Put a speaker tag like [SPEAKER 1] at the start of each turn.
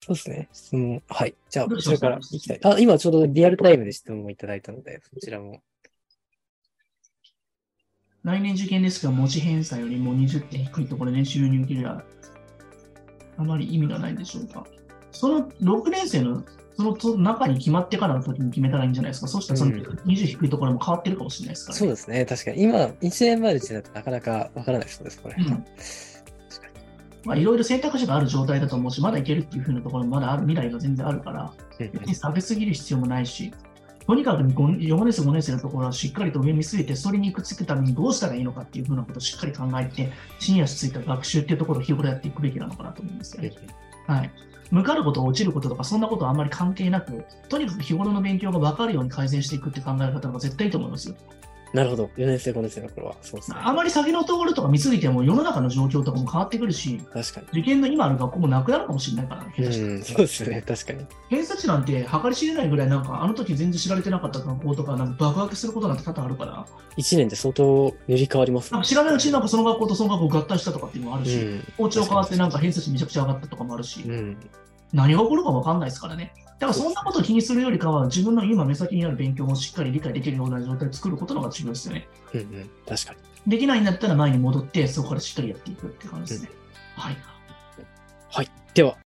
[SPEAKER 1] そうですね。質問。はい。じゃあ、
[SPEAKER 2] ど
[SPEAKER 1] こ
[SPEAKER 2] うし
[SPEAKER 1] ち
[SPEAKER 2] ま
[SPEAKER 1] ら
[SPEAKER 2] した
[SPEAKER 1] から行きたい。あ、今ちょうどリアルタイムで質問をいただいたので、そちらも。
[SPEAKER 2] 来年受験ですが、文字偏差よりも20点低いところで収入切れはあまり意味がないんでしょうか。その6年生のそのその中に決まってからの時に決めたらいいんじゃないですか。そしたらその
[SPEAKER 1] うん
[SPEAKER 2] 20低いところも変わってるかもしれないですから、
[SPEAKER 1] そうですね。確かに。今、1年前の時点だとなかなかわからないそうです、これ。
[SPEAKER 2] うんまあ、いろいろ選択肢がある状態だと思うし、まだいけるっていうふうなところもまだある未来が全然あるから、
[SPEAKER 1] うん
[SPEAKER 2] 別に下げすぎる必要もないし、とにかく5 4年生、5年生のところはしっかりと上見据えて、それにくっつくためにどうしたらいいのかっていうふうなことをしっかり考えて、地に足ついた学習っていうところを日頃やっていくべきなのかなと思うんですよね。はい。向かうこと、落ちることとか、そんなことはあんまり関係なく、とにかく日頃の勉強が分かるように改善していくって考え方の方が絶対いいと思いますよ。
[SPEAKER 1] なるほど。4年生、5年生の頃は。そうですね。
[SPEAKER 2] あまり先のところとか見すぎても、世の中の状況とかも変わってくるし、
[SPEAKER 1] 確かに。
[SPEAKER 2] 受験の今ある学校もなくなるかもしれないから、下手したら
[SPEAKER 1] うん、そうですね。確かに。
[SPEAKER 2] 偏差値なんて計り知れないぐらい、なんかあの時全然知られてなかった学校とか、なんか爆上げすることなんて多々あるから、
[SPEAKER 1] 1年で相当塗り替わります
[SPEAKER 2] なん
[SPEAKER 1] ね。
[SPEAKER 2] か知らないうちになんかその学校とその学校合体したとかっていうのもある
[SPEAKER 1] う
[SPEAKER 2] し、
[SPEAKER 1] ん。
[SPEAKER 2] 校長変わってなんか偏差値めちゃくちゃ上がったとかもあるし、
[SPEAKER 1] うん。
[SPEAKER 2] 何が起こるか分かんないですからね。だからそんなことを気にするよりかは、自分の今目先にある勉強をしっかり理解できるような状態を作ることの方が重要ですよね。
[SPEAKER 1] うんうん。確かに。
[SPEAKER 2] できないんだったら前に戻って、そこからしっかりやっていくって感じですね。はい。
[SPEAKER 1] はい。では、